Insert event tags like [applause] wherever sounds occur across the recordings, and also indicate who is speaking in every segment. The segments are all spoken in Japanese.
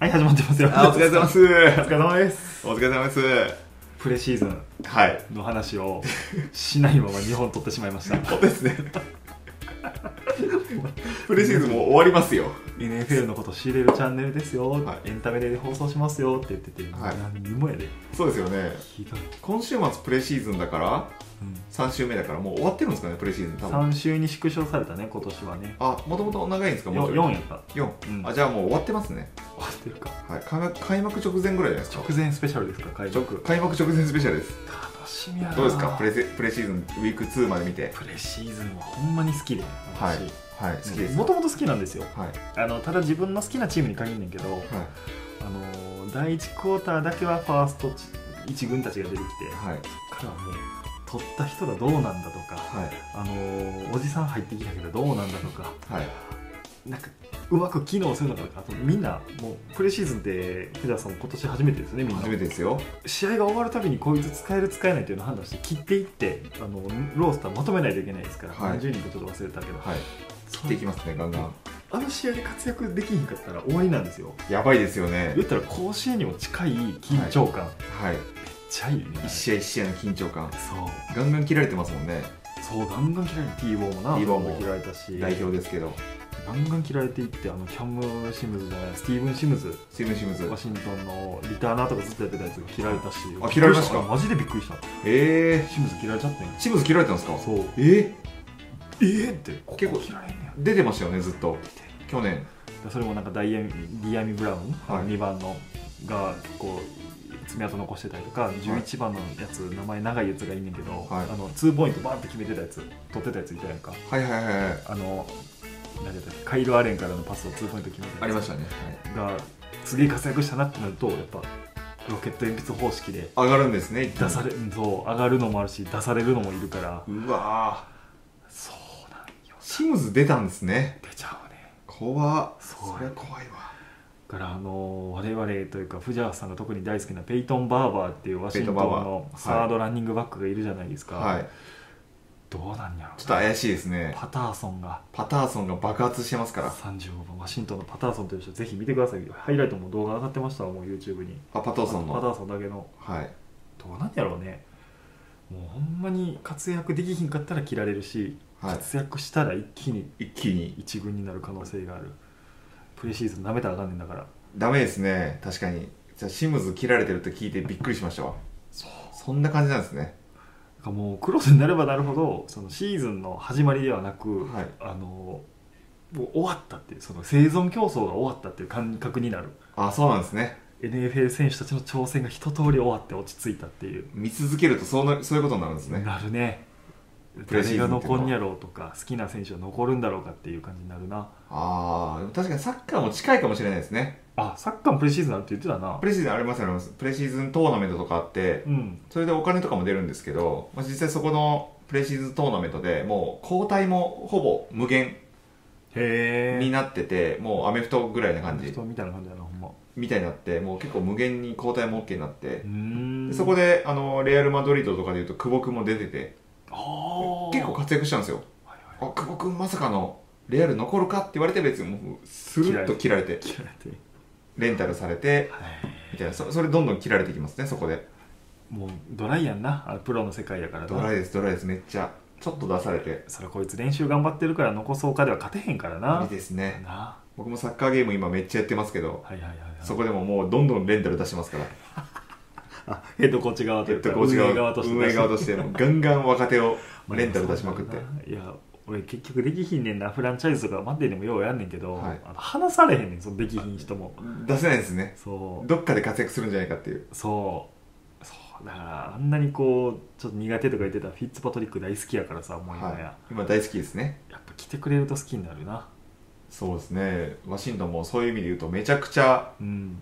Speaker 1: はい、始まってますよ。
Speaker 2: あお疲れ様で。す
Speaker 1: お疲れ様です。
Speaker 2: お疲れ様です
Speaker 1: プレシーズン
Speaker 2: はい
Speaker 1: の話をしないまま日本取ってしまいま [laughs] した。
Speaker 2: そうですねプレシーズンもう終わりますよ
Speaker 1: NFL のこと仕入れるチャンネルですよ、
Speaker 2: はい
Speaker 1: エンタメで放送しますよって言ってて、
Speaker 2: はい
Speaker 1: 何にもやで。
Speaker 2: そうですよね
Speaker 1: ひどい。
Speaker 2: 今週末プレシーズンだから3週目だからもう終わってるんですかねプレシーズン多分
Speaker 1: 3週に縮小されたね、今年はね。
Speaker 2: あもともと長いんですかもう
Speaker 1: よ
Speaker 2: ちょ
Speaker 1: 4
Speaker 2: い
Speaker 1: やった。
Speaker 2: 四
Speaker 1: うん
Speaker 2: あじゃあもう終わってますね、
Speaker 1: 終わってるか。
Speaker 2: はい、開幕開幕直前ぐらいじゃないですか
Speaker 1: 直前スペシャルですか、会場。
Speaker 2: 直開幕直前スペシャルです
Speaker 1: 楽しみやな。
Speaker 2: どうですかプレ
Speaker 1: プ
Speaker 2: セプレシーズンウィーク2まで見て
Speaker 1: レシーズンはほんまに好きで、
Speaker 2: はい
Speaker 1: 私。
Speaker 2: はい好きです
Speaker 1: もともと好きなんですよ
Speaker 2: はい
Speaker 1: あのただ自分の好きなチームに限るねんけど、
Speaker 2: は
Speaker 1: あのー第1クォーターだけはファーストチ一軍たちが出てきて、
Speaker 2: いはい
Speaker 1: そっからはもう取った人らどうなんだとか、
Speaker 2: はい
Speaker 1: あのーおじさん入ってきたけどどうなんだとか
Speaker 2: はい
Speaker 1: なんかうまく機能するのかとかあとみんなもうプレシーズンって藤田さん今年初めてですねみんな
Speaker 2: 初めてですよ
Speaker 1: 試合が終わるたびにこいつ使える使えないというのを判断して切っていってあのロースターまとめないといけないですから、
Speaker 2: はい
Speaker 1: 何十人かちょっと忘れたけど、
Speaker 2: はい切っていきますねガンガン
Speaker 1: あの試合で活躍できひんかったら終わりなんですよ
Speaker 2: やばいですよね
Speaker 1: 言ったら甲子園にも近い緊張感、
Speaker 2: はい
Speaker 1: めっちゃいいね
Speaker 2: 一試合一試合の緊張感
Speaker 1: そう
Speaker 2: ガンガン切られてますもんね
Speaker 1: そうガンガン切られて T ボーもな
Speaker 2: T ボーも
Speaker 1: 切られたし
Speaker 2: 代表ですけど
Speaker 1: ガンガン切られていってあのキャム・シムズじゃないスティーブン・シムズ
Speaker 2: スティーブン・シムズ
Speaker 1: ワシントンのリターナーとかずっとやってたやつが切られたし
Speaker 2: あ切られました
Speaker 1: びっくりマジでびっくりした
Speaker 2: え
Speaker 1: シムズ切られちゃったんや
Speaker 2: ー、シムズ切られたんですか
Speaker 1: そう
Speaker 2: え
Speaker 1: えー、って
Speaker 2: 結構
Speaker 1: ここ切られんねや
Speaker 2: ー、出てましたよねずっと去年
Speaker 1: それもなんかダイアミディアミ・ブラウン、
Speaker 2: はい
Speaker 1: 2番のが結構爪痕残してたりとか11番のやつ、名前長いやつがいいねんけど、
Speaker 2: はい
Speaker 1: あの2ポイントバーンって決めてたやつ取ってたやついたやんか
Speaker 2: はいはいはいはい
Speaker 1: あの何だったっけカイル・アレンからのパスをツーポイント決めた
Speaker 2: あ
Speaker 1: や
Speaker 2: り
Speaker 1: つ
Speaker 2: ましたね、
Speaker 1: がすげえ活躍したなってなるとやっぱロケット鉛筆方式で
Speaker 2: はい、上がるんですね一旦
Speaker 1: 出され、うんそう上がるのもあるし出されるのもいるから
Speaker 2: うわ
Speaker 1: そうなんよ
Speaker 2: ーシムズ出たんですね
Speaker 1: 出ちゃうね
Speaker 2: 怖っ
Speaker 1: そう
Speaker 2: そりゃ怖いわ
Speaker 1: だからあのー我々というか藤原さんが特に大好きなペイトン・バーバーっていうワシントン
Speaker 2: ペイトンバーバ
Speaker 1: の
Speaker 2: ー
Speaker 1: サードランニングバックがいるじゃないですか、
Speaker 2: はい
Speaker 1: どうなんやろう
Speaker 2: ちょっと怪しいですね
Speaker 1: パターソンが
Speaker 2: パターソンが爆発してますから
Speaker 1: 35番ワシントンのパターソンという人ぜひ見てくださいハイライトも動画上がってましたわもう YouTube に
Speaker 2: あパターソン
Speaker 1: パタ
Speaker 2: の
Speaker 1: ーソンだけの
Speaker 2: はい
Speaker 1: どうなんやろうねもうほんまに活躍できひんかったら切られるし、
Speaker 2: はい
Speaker 1: 活躍したら一気に
Speaker 2: 一気に
Speaker 1: 一軍になる可能性があるプレシーズン舐めたらあかんねんだから
Speaker 2: ダメですね確かにじゃあシムズ切られてるって聞いてびっくりしましたわ
Speaker 1: そう
Speaker 2: そんな感じなんですね
Speaker 1: なんかもうクロスになればなるほどそのシーズンの始まりではなく、
Speaker 2: はい
Speaker 1: あのもう終わったっていうその生存競争が終わったっていう感覚になる
Speaker 2: あそうなんですね
Speaker 1: NFL 選手たちの挑戦が一通り終わって落ち着いたっていう、
Speaker 2: 見続けるとそうなそういうことになるんですね
Speaker 1: なるね
Speaker 2: プレシーズ
Speaker 1: 誰
Speaker 2: ン
Speaker 1: が残んやろうとか好きな選手は残るんだろうかっていう感じになるな
Speaker 2: ああでも確かにサッカーも近いかもしれないですね
Speaker 1: あサッカーもプレシーズンあるって言ってたな
Speaker 2: プレシーズンありますありますプレシーズントーナメントとかあって
Speaker 1: うん
Speaker 2: それでお金とかも出るんですけど、まあ、実際そこのプレシーズントーナメントでもう交代もほぼ無限
Speaker 1: へ
Speaker 2: になっててもうアメフトぐらいな感じ
Speaker 1: 人みたいな感じだなほんま
Speaker 2: みたいになってもう結構無限に交代も OK になって
Speaker 1: うーん
Speaker 2: でそこであのレアル・マドリードとかでいうと久保君も出てて
Speaker 1: あー
Speaker 2: 結構活躍したんですよ
Speaker 1: はいはい
Speaker 2: あ久保君まさかのレアル残るかって言われて別にもうスルッと切られて
Speaker 1: 切られて
Speaker 2: レンタルされて
Speaker 1: はい
Speaker 2: みたいなそそれどんどん切られていきますねそこで
Speaker 1: もうドライやんなあプロの世界やからな
Speaker 2: ドライですドライですめっちゃちょっと出されて
Speaker 1: それこいつ練習頑張ってるから残そうかでは勝てへんから
Speaker 2: 無
Speaker 1: な
Speaker 2: 理ですね
Speaker 1: な
Speaker 2: 僕もサッカーゲーム今めっちゃやってますけど
Speaker 1: はいはいはい、はい、
Speaker 2: そこでももうどんどんレンタル出してますから
Speaker 1: あヘッドコーチ側と
Speaker 2: ヘ
Speaker 1: いう
Speaker 2: ッ
Speaker 1: か
Speaker 2: ドコーチ側
Speaker 1: 運営側として
Speaker 2: 運営側としてもうガンガン若
Speaker 1: [laughs]
Speaker 2: 手を
Speaker 1: まあ
Speaker 2: レンタル出しまくって
Speaker 1: そうなんだよないや俺結局できひんねんなフランチャイズとかマンデーでもようやんねんけど、
Speaker 2: はい
Speaker 1: あの話されへんねんそのできひん人も
Speaker 2: 出せないですね
Speaker 1: そう
Speaker 2: どっかで活躍するんじゃないかっていう
Speaker 1: そうそうだからあんなにこうちょっと苦手とか言ってたフィッツパトリック大好きやからさもう今や、
Speaker 2: はい今大好きですね
Speaker 1: やっぱ来てくれると好きになるな
Speaker 2: そうですねワシントンもそういう意味で言うとめちゃくちゃ
Speaker 1: うん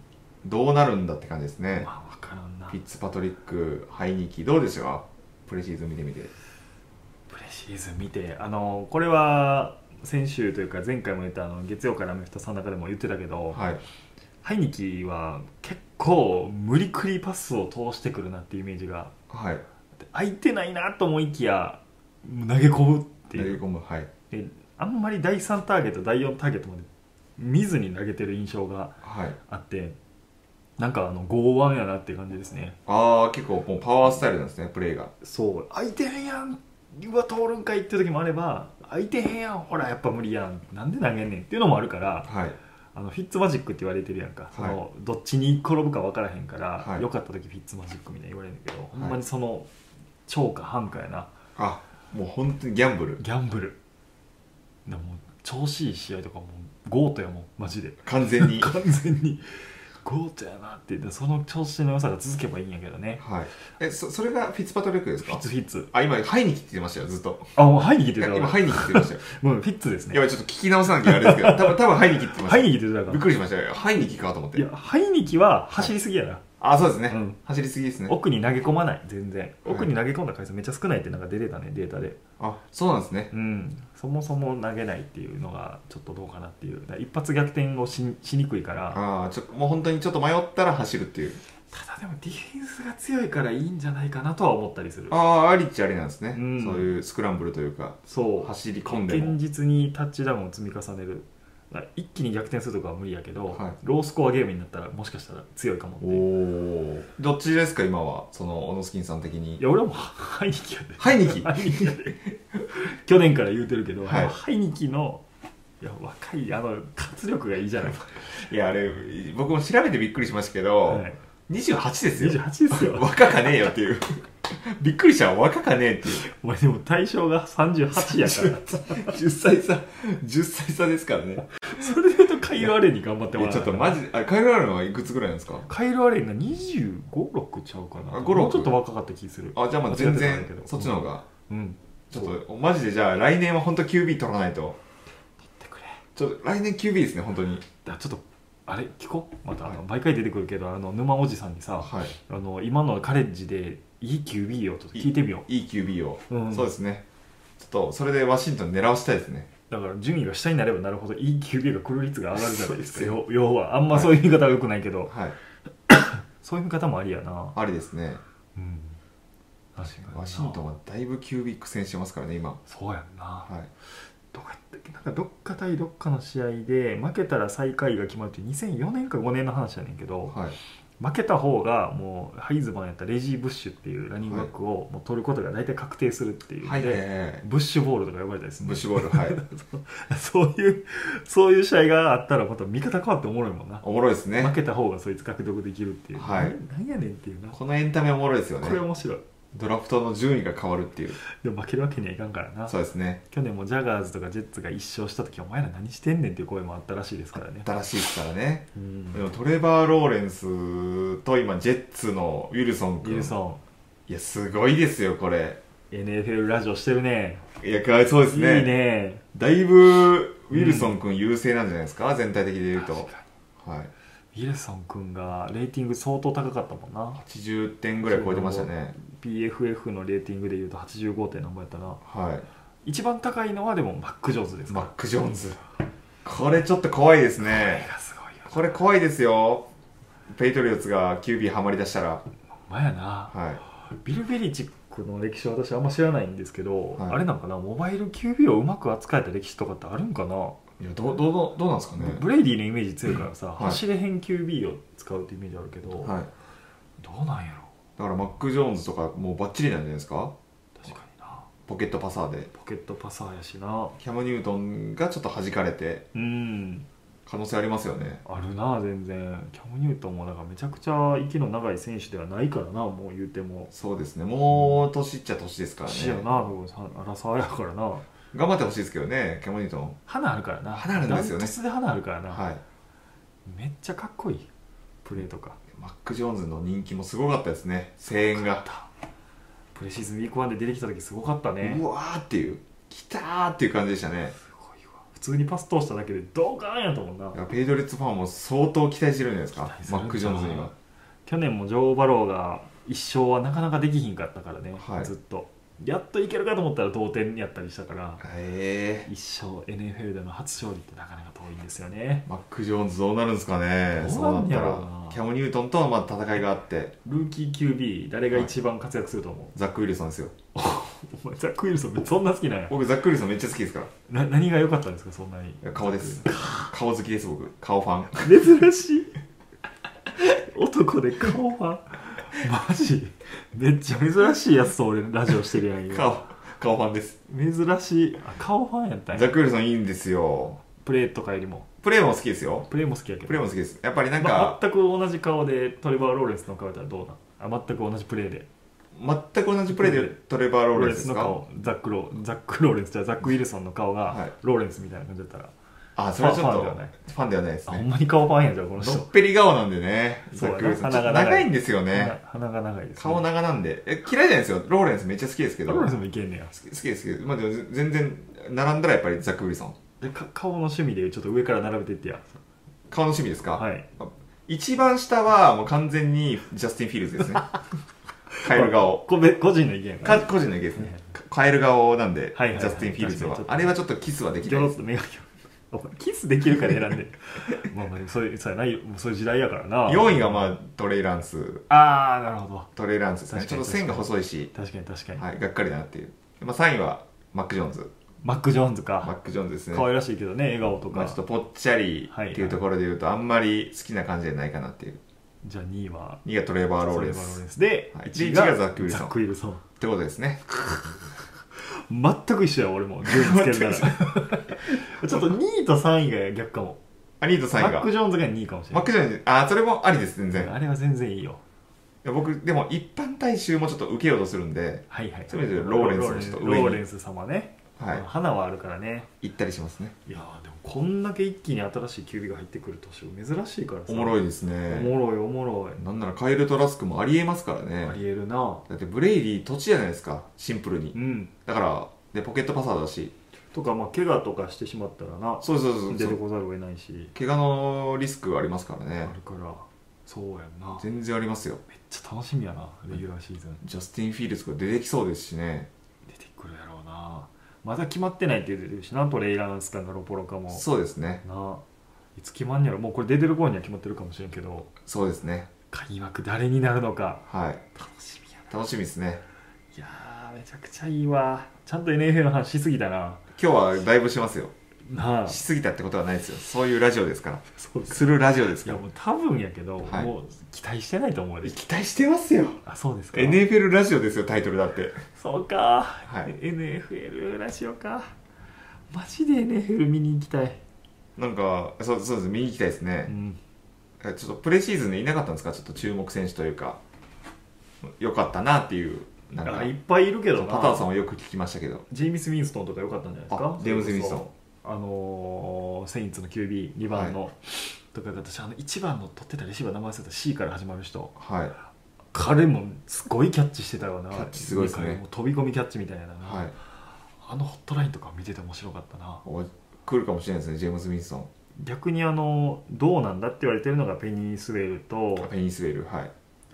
Speaker 2: どうなるんだって感じですね
Speaker 1: まあ分からんな
Speaker 2: フィッツパトリックハイニキどうですよプレシーズン見てみて
Speaker 1: プレシーズン見てあのこれは先週というか前回も言ったあの月曜からアメフトさんの中でも言ってたけど、
Speaker 2: はい
Speaker 1: ハイニキは結構無理くりパスを通してくるなっていうイメージが
Speaker 2: はい
Speaker 1: 空いてないなと思いきやもう投げ込むって
Speaker 2: 投げ
Speaker 1: いう
Speaker 2: 込むはい
Speaker 1: であんまり第3ターゲット第4ターゲットまで見ずに投げてる印象が
Speaker 2: はい、
Speaker 1: あってなんかあの剛腕やなっていう感じですね
Speaker 2: ああ結構もうパワースタイルなんですねプレーが
Speaker 1: そう空いてへんやんうわ通るんかいっていう時もあれば空いてへんやんほらやっぱ無理やんなんで投げんねんっていうのもあるから
Speaker 2: はい
Speaker 1: あのフィッツマジックって言われてるやんか、そのどっちに転ぶか分からへんから、
Speaker 2: はい
Speaker 1: 良かった時フィッツマジックみたいに言われるんだけど、
Speaker 2: い
Speaker 1: ほんまにその超か半かやな
Speaker 2: あもう本当にギャンブル
Speaker 1: ギャンブルでも調子いい試合とかもうゴートやもんマジで
Speaker 2: 完全
Speaker 1: [laughs]
Speaker 2: に
Speaker 1: 完全にゴートやなってでその調子の良さが続けばいいんやけどね
Speaker 2: はいえそそれがフィッツパトリックです
Speaker 1: フィッ
Speaker 2: か
Speaker 1: ツフィッツ
Speaker 2: あ今ハイニキって言ってましたよずっと
Speaker 1: あもうハイニキって
Speaker 2: い
Speaker 1: 言
Speaker 2: や
Speaker 1: ってた
Speaker 2: 今
Speaker 1: わ
Speaker 2: ハイニキって言ってました
Speaker 1: もうフィッツです [laughs] ね
Speaker 2: よやばいちょっと聞き直さなきゃあれですけど多
Speaker 1: [laughs]
Speaker 2: 分多分ハイニキって言ってました
Speaker 1: ハイニキって言ってた
Speaker 2: びっ
Speaker 1: か
Speaker 2: くりしましたよハイニキかと思っ
Speaker 1: らい
Speaker 2: て
Speaker 1: やハイニキは走りすぎやな、
Speaker 2: あそうですね、
Speaker 1: うん
Speaker 2: 走りすぎですね
Speaker 1: 奥に投げ込まない全然
Speaker 2: はい
Speaker 1: 奥に投げ込んだ回数めっちゃ少ないってなんか出てたねデータで
Speaker 2: あそうなんですね
Speaker 1: うんそもそも投げないっていうのがちょっとどうかなっていうだから一発逆転をししにくいから
Speaker 2: ああちょもう本当にちょっと迷ったら走るっていう
Speaker 1: ただでもディフェンスが強いからいいんじゃないかなとは思ったりする
Speaker 2: ああありっちゃありなんですね、
Speaker 1: うん
Speaker 2: そういうスクランブルというか
Speaker 1: そう
Speaker 2: 走り込んでも
Speaker 1: 現実にタッチダウンを積み重ねるだから一気に逆転するとかは無理やけど、
Speaker 2: はい
Speaker 1: ロースコアゲームになったらもしかしたら強いかもって
Speaker 2: お
Speaker 1: いう
Speaker 2: おどっちですか今はそのオノスキンさん的に
Speaker 1: いや俺はもうハイニキやで
Speaker 2: ハイニキ
Speaker 1: ハイニキやで [laughs] 去年から言うてるけど、
Speaker 2: はい
Speaker 1: ハイニキのいや若いあの活力がいいじゃないですか、
Speaker 2: いやあれ僕も調べてびっくりしましたけど、
Speaker 1: はい、
Speaker 2: 28ですよ
Speaker 1: 28ですよ
Speaker 2: 若かねえよっていうびっくりした若かねえっていう
Speaker 1: お前でも対象が38や
Speaker 2: [laughs]
Speaker 1: か
Speaker 2: 10歳差10歳差ですからね
Speaker 1: らそれで言うとカイロアレンに頑張って
Speaker 2: い
Speaker 1: も
Speaker 2: や
Speaker 1: ら
Speaker 2: ちょっと
Speaker 1: う
Speaker 2: マジであカイロアルのはいくつぐらいなんですか
Speaker 1: カイロアレンが2 5 6ちゃうかな
Speaker 2: あ5 6
Speaker 1: もうちょっと若かった気する
Speaker 2: あじゃあまあ全然そっちの方
Speaker 1: が
Speaker 2: が
Speaker 1: うん
Speaker 2: ちょっとマジでじゃあ来年は本当 QB 取らないと
Speaker 1: 取ってくれ
Speaker 2: ちょっと来年 QB ですね本当に
Speaker 1: だちょっとあれ聞こうまた、あの
Speaker 2: は
Speaker 1: 毎回出てくるけどあの沼おじさんにさ
Speaker 2: は
Speaker 1: あの今のカレッジでいい QB をちょっと聞いてみよう
Speaker 2: いいい QB を、
Speaker 1: うん
Speaker 2: そうですねちょっとそれでワシントン狙わしたいですね
Speaker 1: だから順位が下になればなるほどいい QB が来る率が上がるじゃないです
Speaker 2: そうです
Speaker 1: か
Speaker 2: よ
Speaker 1: 要要はあんまそういう言い方はよくないけど、
Speaker 2: はい
Speaker 1: そういう見方もありやな
Speaker 2: ありですね
Speaker 1: うん確かにな
Speaker 2: ワシントンはだいぶ QB 苦戦してますからね今
Speaker 1: そうやんな、
Speaker 2: はい
Speaker 1: どこやったっけなんかどっか対どっかの試合で負けたら最下位が決まるっていう2004年か5年の話やねんけど
Speaker 2: はい
Speaker 1: 負けた方がもうハイズマンやったレジー・ブッシュっていうランニングバックをもう取ることが大体確定するっていうの
Speaker 2: はい
Speaker 1: で、
Speaker 2: え
Speaker 1: ブッシュボールとか呼ばれたりす
Speaker 2: ー
Speaker 1: る
Speaker 2: ブッシュボールはい
Speaker 1: [laughs] そういうそういう試合があったらまた見方変わっておもろいもんな
Speaker 2: おもろいですね
Speaker 1: 負けた方がそいつ獲得できるっていう、
Speaker 2: はい
Speaker 1: なんやねんっていうなこ
Speaker 2: このエンタメおもろいですよね
Speaker 1: れ面白い
Speaker 2: ドラフトの順位が変わるっていう
Speaker 1: でも負けるわけにはいかんからな
Speaker 2: そうですね
Speaker 1: 去年もジャガーズとかジェッツが一勝した時お前ら何してんねんっていう声もあったらしいですからね
Speaker 2: 新しいですからね
Speaker 1: うん
Speaker 2: でもトレバー・ローレンスと今ジェッツのウィルソン
Speaker 1: ウィ
Speaker 2: 君
Speaker 1: ルソ
Speaker 2: いやすごいですよこれ
Speaker 1: ン NFL ラジオしてるね
Speaker 2: いやかわいそうです
Speaker 1: いい
Speaker 2: ね
Speaker 1: ね
Speaker 2: だいぶウィルソン君優勢なんじゃないですか、全体的で言うと
Speaker 1: 確か
Speaker 2: はい
Speaker 1: にウィルソン君がレーティング相当高かったもんな
Speaker 2: 80点ぐらい超えてましたね
Speaker 1: PFF のレーティングでいうと85点なんぼやったな
Speaker 2: は
Speaker 1: 一番高いのはでもマック・ジョーンズで
Speaker 2: い
Speaker 1: すか
Speaker 2: マ
Speaker 1: ら
Speaker 2: ック・ジョーンズこれちょっと怖いです
Speaker 1: これ
Speaker 2: ね
Speaker 1: がすごいよ
Speaker 2: これ怖いですよペイトリオッツが QB ハマりだしたら
Speaker 1: ほんまやな
Speaker 2: はい
Speaker 1: ビル・ベリチックの歴史は私あんま知らないんですけど、
Speaker 2: はい
Speaker 1: あれなんかなモバイル QB をうまく扱えた歴史とかってあるんかな、
Speaker 2: いやどうどうどうどうなんですかね
Speaker 1: ブレイディのイメージ強いからさ、
Speaker 2: い
Speaker 1: 走れへん QB を使うってイメージあるけど、
Speaker 2: はい
Speaker 1: どうなんやろ
Speaker 2: だからマック・ジョーンズとかもうバッチリなんじゃないですか
Speaker 1: 確かにな
Speaker 2: ポケットパサーで
Speaker 1: ポケットパサーやしな
Speaker 2: キャム・ニュートンがちょっと弾かれて
Speaker 1: うん
Speaker 2: 可能性ありますよね
Speaker 1: あるな全然キャム・ニュートンもだからめちゃくちゃ息の長い選手ではないからなもう言うても
Speaker 2: そうですねもう年っちゃ年ですからね
Speaker 1: 年やなでもさ荒沢やからな
Speaker 2: 頑張ってほしいですけどねキャム・ニュートン
Speaker 1: 花あるからな
Speaker 2: 花あるんですよね
Speaker 1: ダントツで花あるからな、
Speaker 2: はい
Speaker 1: めっちゃかっこいいプレーとか
Speaker 2: マック・ジョーンズの人気もすごかったですね声援が、
Speaker 1: プレシーズンウィーク1で出てきた時すごかったね
Speaker 2: うわーっていう来たーっていう感じでしたね
Speaker 1: すごいわ普通にパス通しただけでドカーンやと思うない
Speaker 2: やペイドリッツファンも相当期待してるんじゃないです
Speaker 1: 期
Speaker 2: か
Speaker 1: 待する
Speaker 2: マック・ジョーンズには
Speaker 1: 去年もジョー・バローが一勝はなかなかできひんかったからね、
Speaker 2: はい
Speaker 1: ずっとやっといけるかと思ったら同点やったりしたから
Speaker 2: ええ
Speaker 1: 一勝 NFL での初勝利ってなかなか遠いんですよね
Speaker 2: マック・ジョーンズどうなるんですかね
Speaker 1: どうなんやろうな
Speaker 2: そうなったらキャム・ニュートンとのまあ戦いがあって
Speaker 1: ルーキー QB 誰が一番活躍すると思う、
Speaker 2: ザック・ウィルソンですよ
Speaker 1: お前ザック・ウィルソンめっちゃそんな好きなんや
Speaker 2: 僕ザック・ウィルソンめっちゃ好きですか
Speaker 1: な何が良かったんですかそんなに
Speaker 2: ら顔です顔好きです僕顔ファン
Speaker 1: 珍しい男で顔はマジめっちゃ珍しいやつと俺ラジオしてるやん今
Speaker 2: 顔顔ファンです
Speaker 1: 珍しいあ顔ファンやったん
Speaker 2: ザッ
Speaker 1: や
Speaker 2: ク・ウィルソンいいんですよ
Speaker 1: プレーとかよりも
Speaker 2: プレーも好きですよ
Speaker 1: プレーも好きやけど
Speaker 2: プレーも好きですやっぱりなん
Speaker 1: まあ
Speaker 2: か、
Speaker 1: 全く同じ顔でトレバー・ローレンスの顔やったらどうなんあ全く同じプレーで
Speaker 2: 全く同じプレーでトレバー・ローレンスです
Speaker 1: の
Speaker 2: か
Speaker 1: 顔ザックローザック・ローレンスじゃあザック・ウィルソンの顔
Speaker 2: は
Speaker 1: が
Speaker 2: い
Speaker 1: ローレンスみたいな感じだったら、
Speaker 2: あそれはちょ
Speaker 1: フ
Speaker 2: っ
Speaker 1: ァ
Speaker 2: と
Speaker 1: ンではない
Speaker 2: ファンではないです
Speaker 1: あほん
Speaker 2: ね
Speaker 1: まに顔ファンやじゃんこの
Speaker 2: の
Speaker 1: 人
Speaker 2: っぺり顔なんでね
Speaker 1: そ
Speaker 2: ザ
Speaker 1: うや
Speaker 2: ッ
Speaker 1: な
Speaker 2: ク・ウィルソンちょ
Speaker 1: 鼻
Speaker 2: っ
Speaker 1: が
Speaker 2: と
Speaker 1: 長い
Speaker 2: 長いんですよね
Speaker 1: 鼻鼻が長いです、ね、
Speaker 2: 顔
Speaker 1: ロ
Speaker 2: 長なんでえ嫌いじゃないですよローレンスめっちゃ好きですけど
Speaker 1: ーレンス
Speaker 2: 好
Speaker 1: もいけんねや
Speaker 2: き好きですけどまあでもぜ全然並んだらやっぱりザック・ウィルソン
Speaker 1: でか顔の趣味でちょっと上から並べていってや
Speaker 2: 顔の趣味ですか、
Speaker 1: はい
Speaker 2: 一番下はもう完全にジャスティン・フィール
Speaker 1: [laughs]
Speaker 2: ズですねカエル顔
Speaker 1: 個別個人の意見やか
Speaker 2: から個人の意見ですね
Speaker 1: はい
Speaker 2: かカエル顔なんで、
Speaker 1: はいはいはい
Speaker 2: ジャスティン・フィールズは
Speaker 1: 確かにちょっと
Speaker 2: あれはちょっとキスはでき
Speaker 1: ギョ
Speaker 2: ない
Speaker 1: ロッ
Speaker 2: です
Speaker 1: と目がお前 [laughs] キスできるから選んで [laughs] まあまあそういうそうやないもうそういう時代やからな
Speaker 2: 4位がまあトレイランス
Speaker 1: ああなるほど
Speaker 2: トレイランスですね
Speaker 1: 確
Speaker 2: ち
Speaker 1: か
Speaker 2: ょ
Speaker 1: に
Speaker 2: っと線が細いし、
Speaker 1: 確かに確かに、
Speaker 2: はい、がっかりだなっていう、まあ、3位はマック・ジョーンズ
Speaker 1: マック・ジョーンズ
Speaker 2: マッ
Speaker 1: か
Speaker 2: ク・ジョーンズですね
Speaker 1: 可愛らしいけどね笑顔とか、
Speaker 2: まあ、ちょっとぽっちゃりっていうところで言うと、あんまり好きな感じじゃないかなっていう
Speaker 1: じゃあ2位は
Speaker 2: 2位がトレーバー・ローレン
Speaker 1: トレバーローレン
Speaker 2: ス
Speaker 1: スで、
Speaker 2: はい
Speaker 1: 一
Speaker 2: で一位がザックウィルソン
Speaker 1: ザックウィルソン
Speaker 2: ってことですね
Speaker 1: 全く一緒や俺も順位つけるなら
Speaker 2: [laughs]
Speaker 1: ちょっと2位と3位が逆かも
Speaker 2: あ2位と3
Speaker 1: マ
Speaker 2: 位
Speaker 1: ッ
Speaker 2: が
Speaker 1: ク・ジョーンズが2位かもしれ
Speaker 2: マ
Speaker 1: な
Speaker 2: ック・ジョーンズあそれもありです全然
Speaker 1: いあれは全然いいよ
Speaker 2: いや僕でも一般大衆もちょっと受けようとするんで、
Speaker 1: はいはい
Speaker 2: そういう意味でローレンスもちょっと
Speaker 1: ローレ
Speaker 2: 上に
Speaker 1: ンローレンス様ね、
Speaker 2: はい、
Speaker 1: 花はあるからね
Speaker 2: 行ったりしますね
Speaker 1: いやーでもこんだけ一気に新しいキュービが入ってくる年は珍しいからさ
Speaker 2: おもろ
Speaker 1: い、
Speaker 2: いです
Speaker 1: お
Speaker 2: ね
Speaker 1: もろいおもろい、
Speaker 2: なんならカエルとラスクもありえますから
Speaker 1: あ
Speaker 2: ね
Speaker 1: りえるな
Speaker 2: だってブレイリー土地じゃないですかシンプルに
Speaker 1: うん
Speaker 2: だからでポケットパサーだし
Speaker 1: とかまあ怪我とかしてしまったらな
Speaker 2: そうそうそうそ
Speaker 1: 出て
Speaker 2: う
Speaker 1: こざるを得ないし
Speaker 2: 怪我のリスクありますからね
Speaker 1: あるからそうやんなめっ
Speaker 2: 全然ありますよ
Speaker 1: ちゃ楽しみやなレギュラーシーズン
Speaker 2: ジャスティン・フィールズが出てきそうですしね
Speaker 1: 出てくるやろうなまだ決まってないって言ってるしなトレイランスかガロポロかも
Speaker 2: そうですね
Speaker 1: ないつ決まんねやろもうこれ出てる頃には決まってるかもしれんけど
Speaker 2: そうですね
Speaker 1: 開幕誰になるのか
Speaker 2: はい
Speaker 1: 楽しみや
Speaker 2: 楽しみですね
Speaker 1: いやーめちゃくちゃいいわちゃんと NFL の話しすぎたな
Speaker 2: 今日はだいぶしますよ
Speaker 1: なあ
Speaker 2: しすぎたってことはないですよそういうラジオですから
Speaker 1: そうか
Speaker 2: するラジオです
Speaker 1: い
Speaker 2: か
Speaker 1: や
Speaker 2: ら
Speaker 1: もう多分やけど、
Speaker 2: はい
Speaker 1: もう期待してないと思うで
Speaker 2: 期待してますよ
Speaker 1: あそうですか、
Speaker 2: NFL ラジオですよタイトルだって
Speaker 1: そうか、
Speaker 2: い
Speaker 1: NFL ラジオかマジで NFL 見に行きたい、
Speaker 2: なんかそうそうです見に行きたいです
Speaker 1: う
Speaker 2: ね、
Speaker 1: ん、
Speaker 2: ちょっとプレシーズンでいなかったんですかちょっと注目選手というかよかったなっていうなんか
Speaker 1: あいっぱいいるけどな
Speaker 2: パターさんはよく聞きましたけど
Speaker 1: ジェイミス・ウィンストンとか良かったんじゃないですか
Speaker 2: あジェームズウィンストン
Speaker 1: それこそあのーセインツの QB2 番の、とかが私あの1番の取ってたレシーバー名前忘れた C から始まる人
Speaker 2: はい
Speaker 1: 彼もすごいキャッチしてたよな
Speaker 2: キャッチすごいですね
Speaker 1: 彼も飛び込みキャッチみたいなな、
Speaker 2: はい
Speaker 1: あのホットラインとか見てて面白かったな
Speaker 2: お来るかもしれないですねジェームズ・ウィンスト
Speaker 1: 逆にあのどうなんだって言われてるのがペニースウェルと
Speaker 2: ンペニンスウェルはい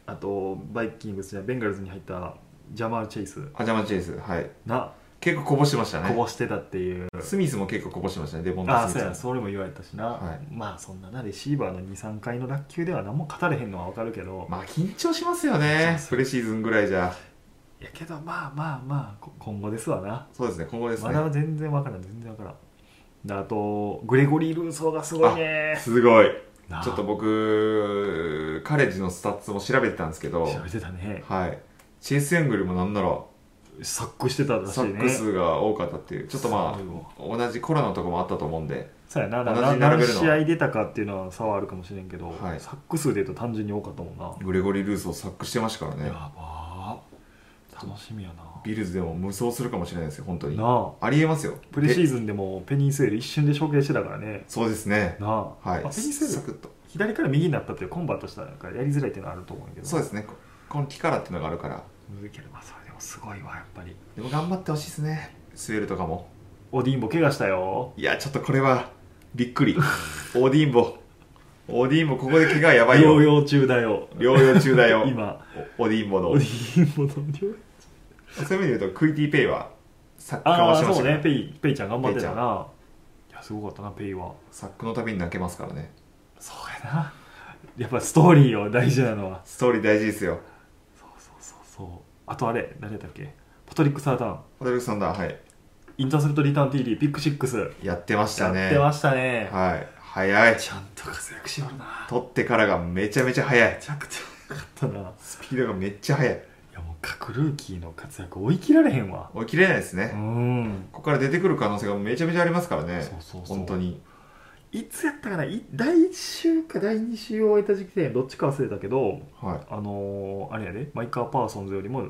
Speaker 1: あとバイキングスじゃベンガルズに入ったジャマール・チェイス
Speaker 2: アジャマ・チェイスはい
Speaker 1: な
Speaker 2: 結構こぼしてました
Speaker 1: こ
Speaker 2: ね
Speaker 1: ぼしてたっていう、
Speaker 2: スミスも結構こぼしてましたねデボンド・
Speaker 1: ああ
Speaker 2: ス
Speaker 1: そ
Speaker 2: ミ
Speaker 1: う
Speaker 2: ス
Speaker 1: やそれも言われたしな、
Speaker 2: はい
Speaker 1: まあそんななレシーバーの23回の落球では何も語れへんのは分かるけど、
Speaker 2: まあ緊張しますよ
Speaker 1: 緊張
Speaker 2: ね
Speaker 1: す
Speaker 2: プレシーズンぐらいじゃ
Speaker 1: いやけどまあまあまあこ今後ですわな、
Speaker 2: そうですね今後です
Speaker 1: ま
Speaker 2: ね、
Speaker 1: だ全然分からん全然分からんであとグレゴリー・ルーソーがすごいね
Speaker 2: すごい
Speaker 1: なあ
Speaker 2: ちょっと僕カレッジのスタッツも調べてたんですけど
Speaker 1: 調べてたね
Speaker 2: はいチェイス・エングルもなんなら
Speaker 1: サックしてたらし
Speaker 2: サ
Speaker 1: い
Speaker 2: ッ
Speaker 1: ね
Speaker 2: ク数が多かったっていうちょっとます
Speaker 1: ごいわ
Speaker 2: あ同じコロナとかもあったと思うんで
Speaker 1: そうやな
Speaker 2: 同じ
Speaker 1: な
Speaker 2: に並
Speaker 1: 何
Speaker 2: べるの
Speaker 1: 試合出たかっていうのは差はあるかもしれんけど、
Speaker 2: はい
Speaker 1: サック数でいうと単純に多かったもんな、
Speaker 2: グレゴリー・ルースをサックしてましたからね
Speaker 1: やばー楽しみやな
Speaker 2: ビルズでも無双するかもしれないですよ本当に
Speaker 1: な
Speaker 2: あ
Speaker 1: あ
Speaker 2: りえますよ
Speaker 1: プレシ
Speaker 2: で
Speaker 1: ーズンでもペニースウェル一瞬で処刑してたからね
Speaker 2: そうですね
Speaker 1: なあ,、
Speaker 2: はい
Speaker 1: まあペニースウ
Speaker 2: サ
Speaker 1: ェル
Speaker 2: クッと
Speaker 1: 左から右になったっていうコンバートしたからやりづらいっていうのはあると思うんやけど
Speaker 2: そうですねここの木からっていうのがあるから
Speaker 1: むずいけどまあそれでもすごいわやっぱり
Speaker 2: でも頑張ってほしいですねスウェルとかも
Speaker 1: オディンボ怪我したよ
Speaker 2: いやちょっとこれはびっくりオーディンボオーディンボここで怪我やばいよ
Speaker 1: 療養中だよ
Speaker 2: 療養中だよ
Speaker 1: 今
Speaker 2: おオディンボの
Speaker 1: オディンボの療養
Speaker 2: そういう意味で言うとクイティペイはサッカー
Speaker 1: あ
Speaker 2: はし
Speaker 1: あ
Speaker 2: まし
Speaker 1: そう
Speaker 2: たから
Speaker 1: ねペイペイちゃん頑張ってたないやすごかったなペイは
Speaker 2: サックのたびに泣けますからね
Speaker 1: そうやな [laughs] やっぱストーリーよ大事なのは
Speaker 2: ストーリー大事ですよ
Speaker 1: そうそうそうそうあとあれ誰だっけトリック・サーターン
Speaker 2: ホタルサンダー、はい。
Speaker 1: インターセプト・リターン TD ピック6
Speaker 2: やってましたね。
Speaker 1: やってましたね、
Speaker 2: はい。早い。
Speaker 1: ちゃんと活躍しよるな
Speaker 2: 取ってからがめちゃめちゃ早い
Speaker 1: め。ちゃくちゃよかったない
Speaker 2: スピードがめっちゃ速い。
Speaker 1: やもう各ルーキーの活躍追い切られへんわ
Speaker 2: 追い切れないですね。
Speaker 1: う
Speaker 2: こ
Speaker 1: ん
Speaker 2: こから出てくる可能性がめちゃめちゃありますからね。
Speaker 1: そうそうそう
Speaker 2: 本当に。
Speaker 1: いつやったかない第1週か第2週を終えた時点どっちか忘れたけど
Speaker 2: はい。
Speaker 1: あのー、あれやでマイカー・パーソンズよりも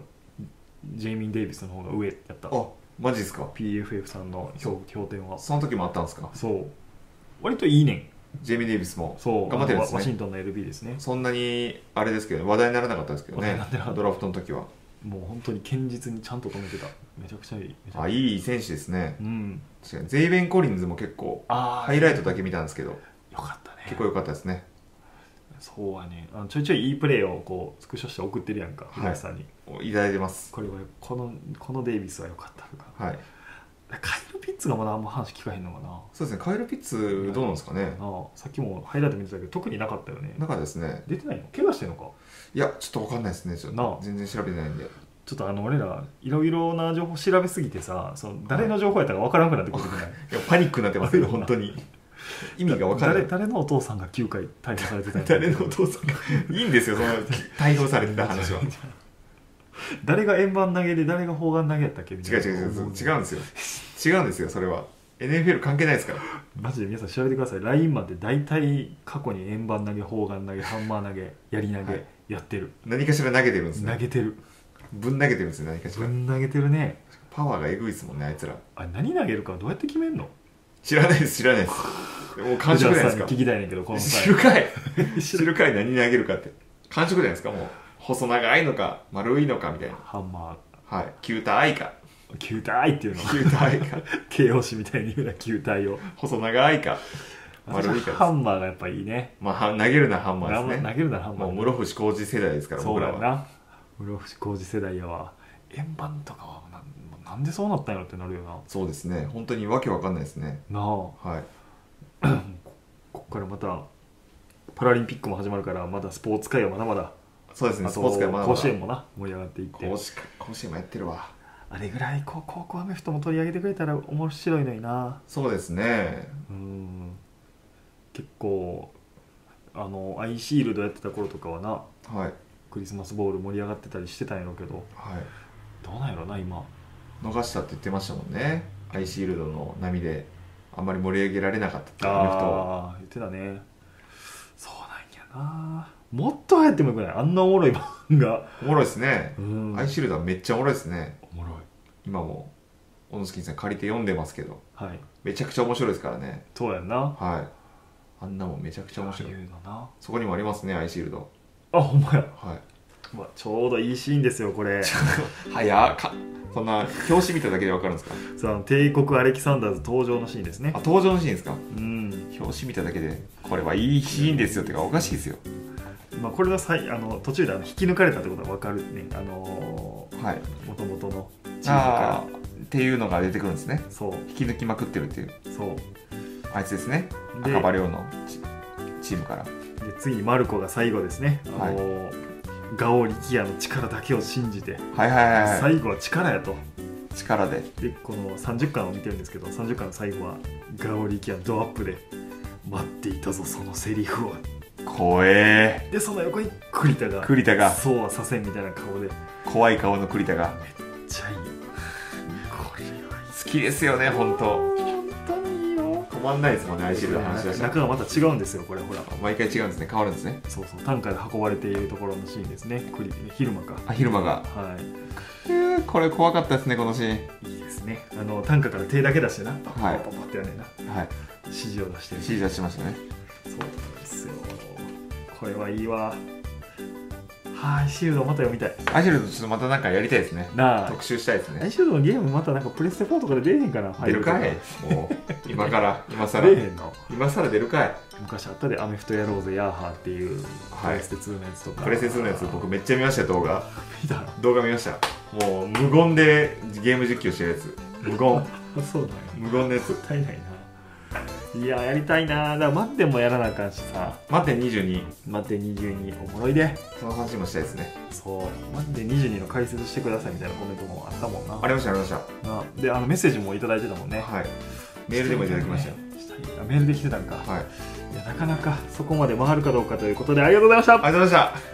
Speaker 1: ジェイミン・デイビスの方が上やった
Speaker 2: あ、マジですか
Speaker 1: PFF さんの
Speaker 2: そう
Speaker 1: 評評点は
Speaker 2: その時もあったんですか
Speaker 1: そう割といいねん
Speaker 2: ジェイミー・デイビスも。
Speaker 1: そう
Speaker 2: 頑張ってるん
Speaker 1: あの
Speaker 2: です
Speaker 1: ワワシ
Speaker 2: ね
Speaker 1: ン。トンの LB ですね
Speaker 2: そんなに、あれですけど、話題にならなかったですけど
Speaker 1: 話題
Speaker 2: ね
Speaker 1: になってなかっ。た
Speaker 2: ドラフトの時は。
Speaker 1: もう本当に堅実にちゃんと止めてためちゃくちゃいいめちゃくちゃ
Speaker 2: あ、いい選手ですね
Speaker 1: う。ん
Speaker 2: 確かに。ゼイベン・コリンズも結構、
Speaker 1: ああ
Speaker 2: ハイライトだけ見たんですけど、
Speaker 1: よかったね
Speaker 2: 結構良かったですね。
Speaker 1: そうはねあのちょいちょいいいプレーをこうスクショして送ってるやんか
Speaker 2: い
Speaker 1: 平井さんに、
Speaker 2: いただいてます。
Speaker 1: これはこのこのデイビスは良かったとか
Speaker 2: はい。
Speaker 1: カイル・ピッツがまだあんま話聞かへんのかな
Speaker 2: そうですね、カイル・ピッツ、どうなんですかね。
Speaker 1: なあさっきもハイライト見てたけど特になかったよね
Speaker 2: なんかですね、
Speaker 1: 出てないの怪我してんのか
Speaker 2: いや、ちょっとわかんないですね、ちょっ
Speaker 1: なあ
Speaker 2: と全然調べてないんで。
Speaker 1: ちょっとあの俺らいろいろな情報調べすぎてさその誰の情報やったか分からなくなってくるじゃない、
Speaker 2: いや、パニックになってますよ、本当に。意味がわかんな
Speaker 1: 誰
Speaker 2: い。
Speaker 1: 誰のお父さんが9回逮捕されてたんや
Speaker 2: 誰のお父さんが、いいんですよ、その、逮捕されてた話は。違
Speaker 1: [laughs] 誰が円盤投げで誰が砲丸投げやったっけみ
Speaker 2: う
Speaker 1: たい
Speaker 2: 違
Speaker 1: な
Speaker 2: う違う、違うんですよ。違うんですよ、それは。NFL 関係ないですから。
Speaker 1: マジで皆さん調べてくださいラインマンって大体過去に円盤投げ砲丸投げハンマー投げやり投
Speaker 2: は
Speaker 1: げ
Speaker 2: い
Speaker 1: やってる、
Speaker 2: 何かしら投げてるんです
Speaker 1: 投
Speaker 2: ね。
Speaker 1: げてる
Speaker 2: ぶん投げてるんですね、何かし
Speaker 1: ぶ
Speaker 2: ら。
Speaker 1: ん投げてるね
Speaker 2: パワーがえぐいですもんね、あいつら。
Speaker 1: あれ何投げるかどうやって決めんの
Speaker 2: 知らないです、知らないです。
Speaker 1: [laughs]
Speaker 2: もう完食じゃない
Speaker 1: 藤。原
Speaker 2: ですか
Speaker 1: さんに聞きたいねんけどこの
Speaker 2: 知
Speaker 1: 際
Speaker 2: るかい
Speaker 1: [laughs] 知
Speaker 2: 知
Speaker 1: る
Speaker 2: るかい何投げるかって感触じゃないですかもう細長いのか丸いのかみたいな
Speaker 1: ハンマ
Speaker 2: はい球体か
Speaker 1: ー球体っていうの
Speaker 2: 球
Speaker 1: [laughs]
Speaker 2: 体か
Speaker 1: 形容詞みたいに言うな球体を
Speaker 2: 細長いか丸いか
Speaker 1: 私
Speaker 2: です
Speaker 1: はハンマーがやっぱいいね
Speaker 2: まあは投げるなハンマーです
Speaker 1: 投
Speaker 2: ね
Speaker 1: げるならハンマ
Speaker 2: もう
Speaker 1: ー
Speaker 2: 室伏広治世代ですから
Speaker 1: そ
Speaker 2: 僕
Speaker 1: う
Speaker 2: ら
Speaker 1: だ
Speaker 2: は
Speaker 1: な室伏浩二世代やわ円盤とかはなんもうなんでそうなったんやろってなるよな
Speaker 2: そうですね本当にわけわかんないですね
Speaker 1: なあ
Speaker 2: はい
Speaker 1: こっからまたパラリンピックも始まるからまだスポーツ界はまだまだ
Speaker 2: そうです
Speaker 1: あ
Speaker 2: ね
Speaker 1: と
Speaker 2: スポーツ界まだま
Speaker 1: 甲
Speaker 2: だ
Speaker 1: 子園もな盛り上がっていって
Speaker 2: 甲子甲子園もやってるわ
Speaker 1: あれぐらいこう高校アメフトも取り上げてくれたら面白いのにな
Speaker 2: そうですね
Speaker 1: うん結構あのアイシールドやってた頃とかはな
Speaker 2: はい
Speaker 1: クリスマスボール盛り上がってたりしてたんやろうけど
Speaker 2: はい
Speaker 1: どうなんやろな今
Speaker 2: 逃したって言ってましたもんねアイシールドの波であんまり盛り上げられなかったってアメフトを
Speaker 1: ああ言ってたねそうなんやなもっと流行ってもよくないあんなおもろい漫画
Speaker 2: おもろいですね
Speaker 1: うん
Speaker 2: アイシールドはめっちゃおもろいですね
Speaker 1: おもろい
Speaker 2: 今も小野月さん借りて読んでますけど
Speaker 1: はい
Speaker 2: めちゃくちゃ面白いですからね
Speaker 1: そうやんな
Speaker 2: はいあんなもんめちゃくちゃ面白い
Speaker 1: ああいうのな
Speaker 2: そこにもありますねアイシールド
Speaker 1: あほんまや、
Speaker 2: はい
Speaker 1: まあ、ちょうどいいシーンですよこれ
Speaker 2: 早っかそんな表紙見ただけで分かるんですか
Speaker 1: そうあの帝国アレキサンダーズ登場のシーンですね
Speaker 2: あ登場のシーンですか
Speaker 1: うん、
Speaker 2: 表紙見ただけでこれはいいシーンですよってかおかしいですよ
Speaker 1: まあ、これはさいあの途中であの引き抜かれたってことは分かるねあの
Speaker 2: はい
Speaker 1: もともとのチーム
Speaker 2: あ
Speaker 1: か
Speaker 2: ーっていうのが出てくるんですね
Speaker 1: らそう
Speaker 2: 引き抜きまくってるっていう
Speaker 1: そう
Speaker 2: あいつですね
Speaker 1: で
Speaker 2: 赤羽亮のチチームから
Speaker 1: で次にマルコが最後ですね、あのガオ力也の力だけを信じて、
Speaker 2: はいはいはい、は
Speaker 1: 最後は力やと
Speaker 2: い、力で
Speaker 1: でこの30巻を見てるんですけど30巻の最後はガオ力也ドアップで待っていたぞそのセリフを
Speaker 2: 怖え
Speaker 1: でその横に栗田が
Speaker 2: 栗田が
Speaker 1: そうはさせんみたいな顔でめっ
Speaker 2: 怖い顔の栗田が
Speaker 1: ちゃいいこれは
Speaker 2: 好きですよね本当
Speaker 1: 本当にいいよ
Speaker 2: 止まんないですもんねアイシールドの話だし
Speaker 1: 中がまた違うんですよこれほら
Speaker 2: 毎回違うんですね変わるんですね
Speaker 1: そうそう短歌で運ばれているところのシーンですね栗昼間か
Speaker 2: あ昼間が
Speaker 1: は
Speaker 2: えーこれ怖かったですねこのシー
Speaker 1: いいいですねあの短歌から手だけ出してなパパ
Speaker 2: はい
Speaker 1: パパってやねんな
Speaker 2: ンはい
Speaker 1: 指示を出してる
Speaker 2: 指示出しましたね
Speaker 1: そうなんですよこれはいいわはいシールドまた読みたい
Speaker 2: アイシールドちょっとまたなんかやりたいですね
Speaker 1: なあ
Speaker 2: 特集したいです
Speaker 1: アイ
Speaker 2: ね
Speaker 1: シールドのゲームまたなんかプレステ4とかで出えへんかな
Speaker 2: 出るか
Speaker 1: 入
Speaker 2: い
Speaker 1: る
Speaker 2: もう今から今
Speaker 1: と
Speaker 2: さ
Speaker 1: か出
Speaker 2: ら
Speaker 1: [laughs] えへんの
Speaker 2: 今さら出るかい
Speaker 1: 昔あったで「アメフトやろうぜヤーハー」っていうプ
Speaker 2: はい
Speaker 1: レステ2のやつとか、
Speaker 2: プレセスのやつ僕めっちゃ見ましたよ動画
Speaker 1: 見た
Speaker 2: 動画見ましたもう無言でゲーム実況してるやつ無言
Speaker 1: あそうなんや
Speaker 2: 無言のやつ
Speaker 1: もったいないないややりたいなだから待ってもやらなあかんしさ
Speaker 2: 待って22
Speaker 1: 待って22おもろいで
Speaker 2: その話もしたいですね
Speaker 1: そう待って22の解説してくださいみたいなコメントもあったもんな
Speaker 2: ありましたありました、
Speaker 1: なであのメッセージもいただいてたもんね、
Speaker 2: はいメールでもいただきましたよ、
Speaker 1: したいねあメールできてたんか、
Speaker 2: はい
Speaker 1: いやなかなかそこまで回るかどうかということでありがとうございました
Speaker 2: ありがとうございました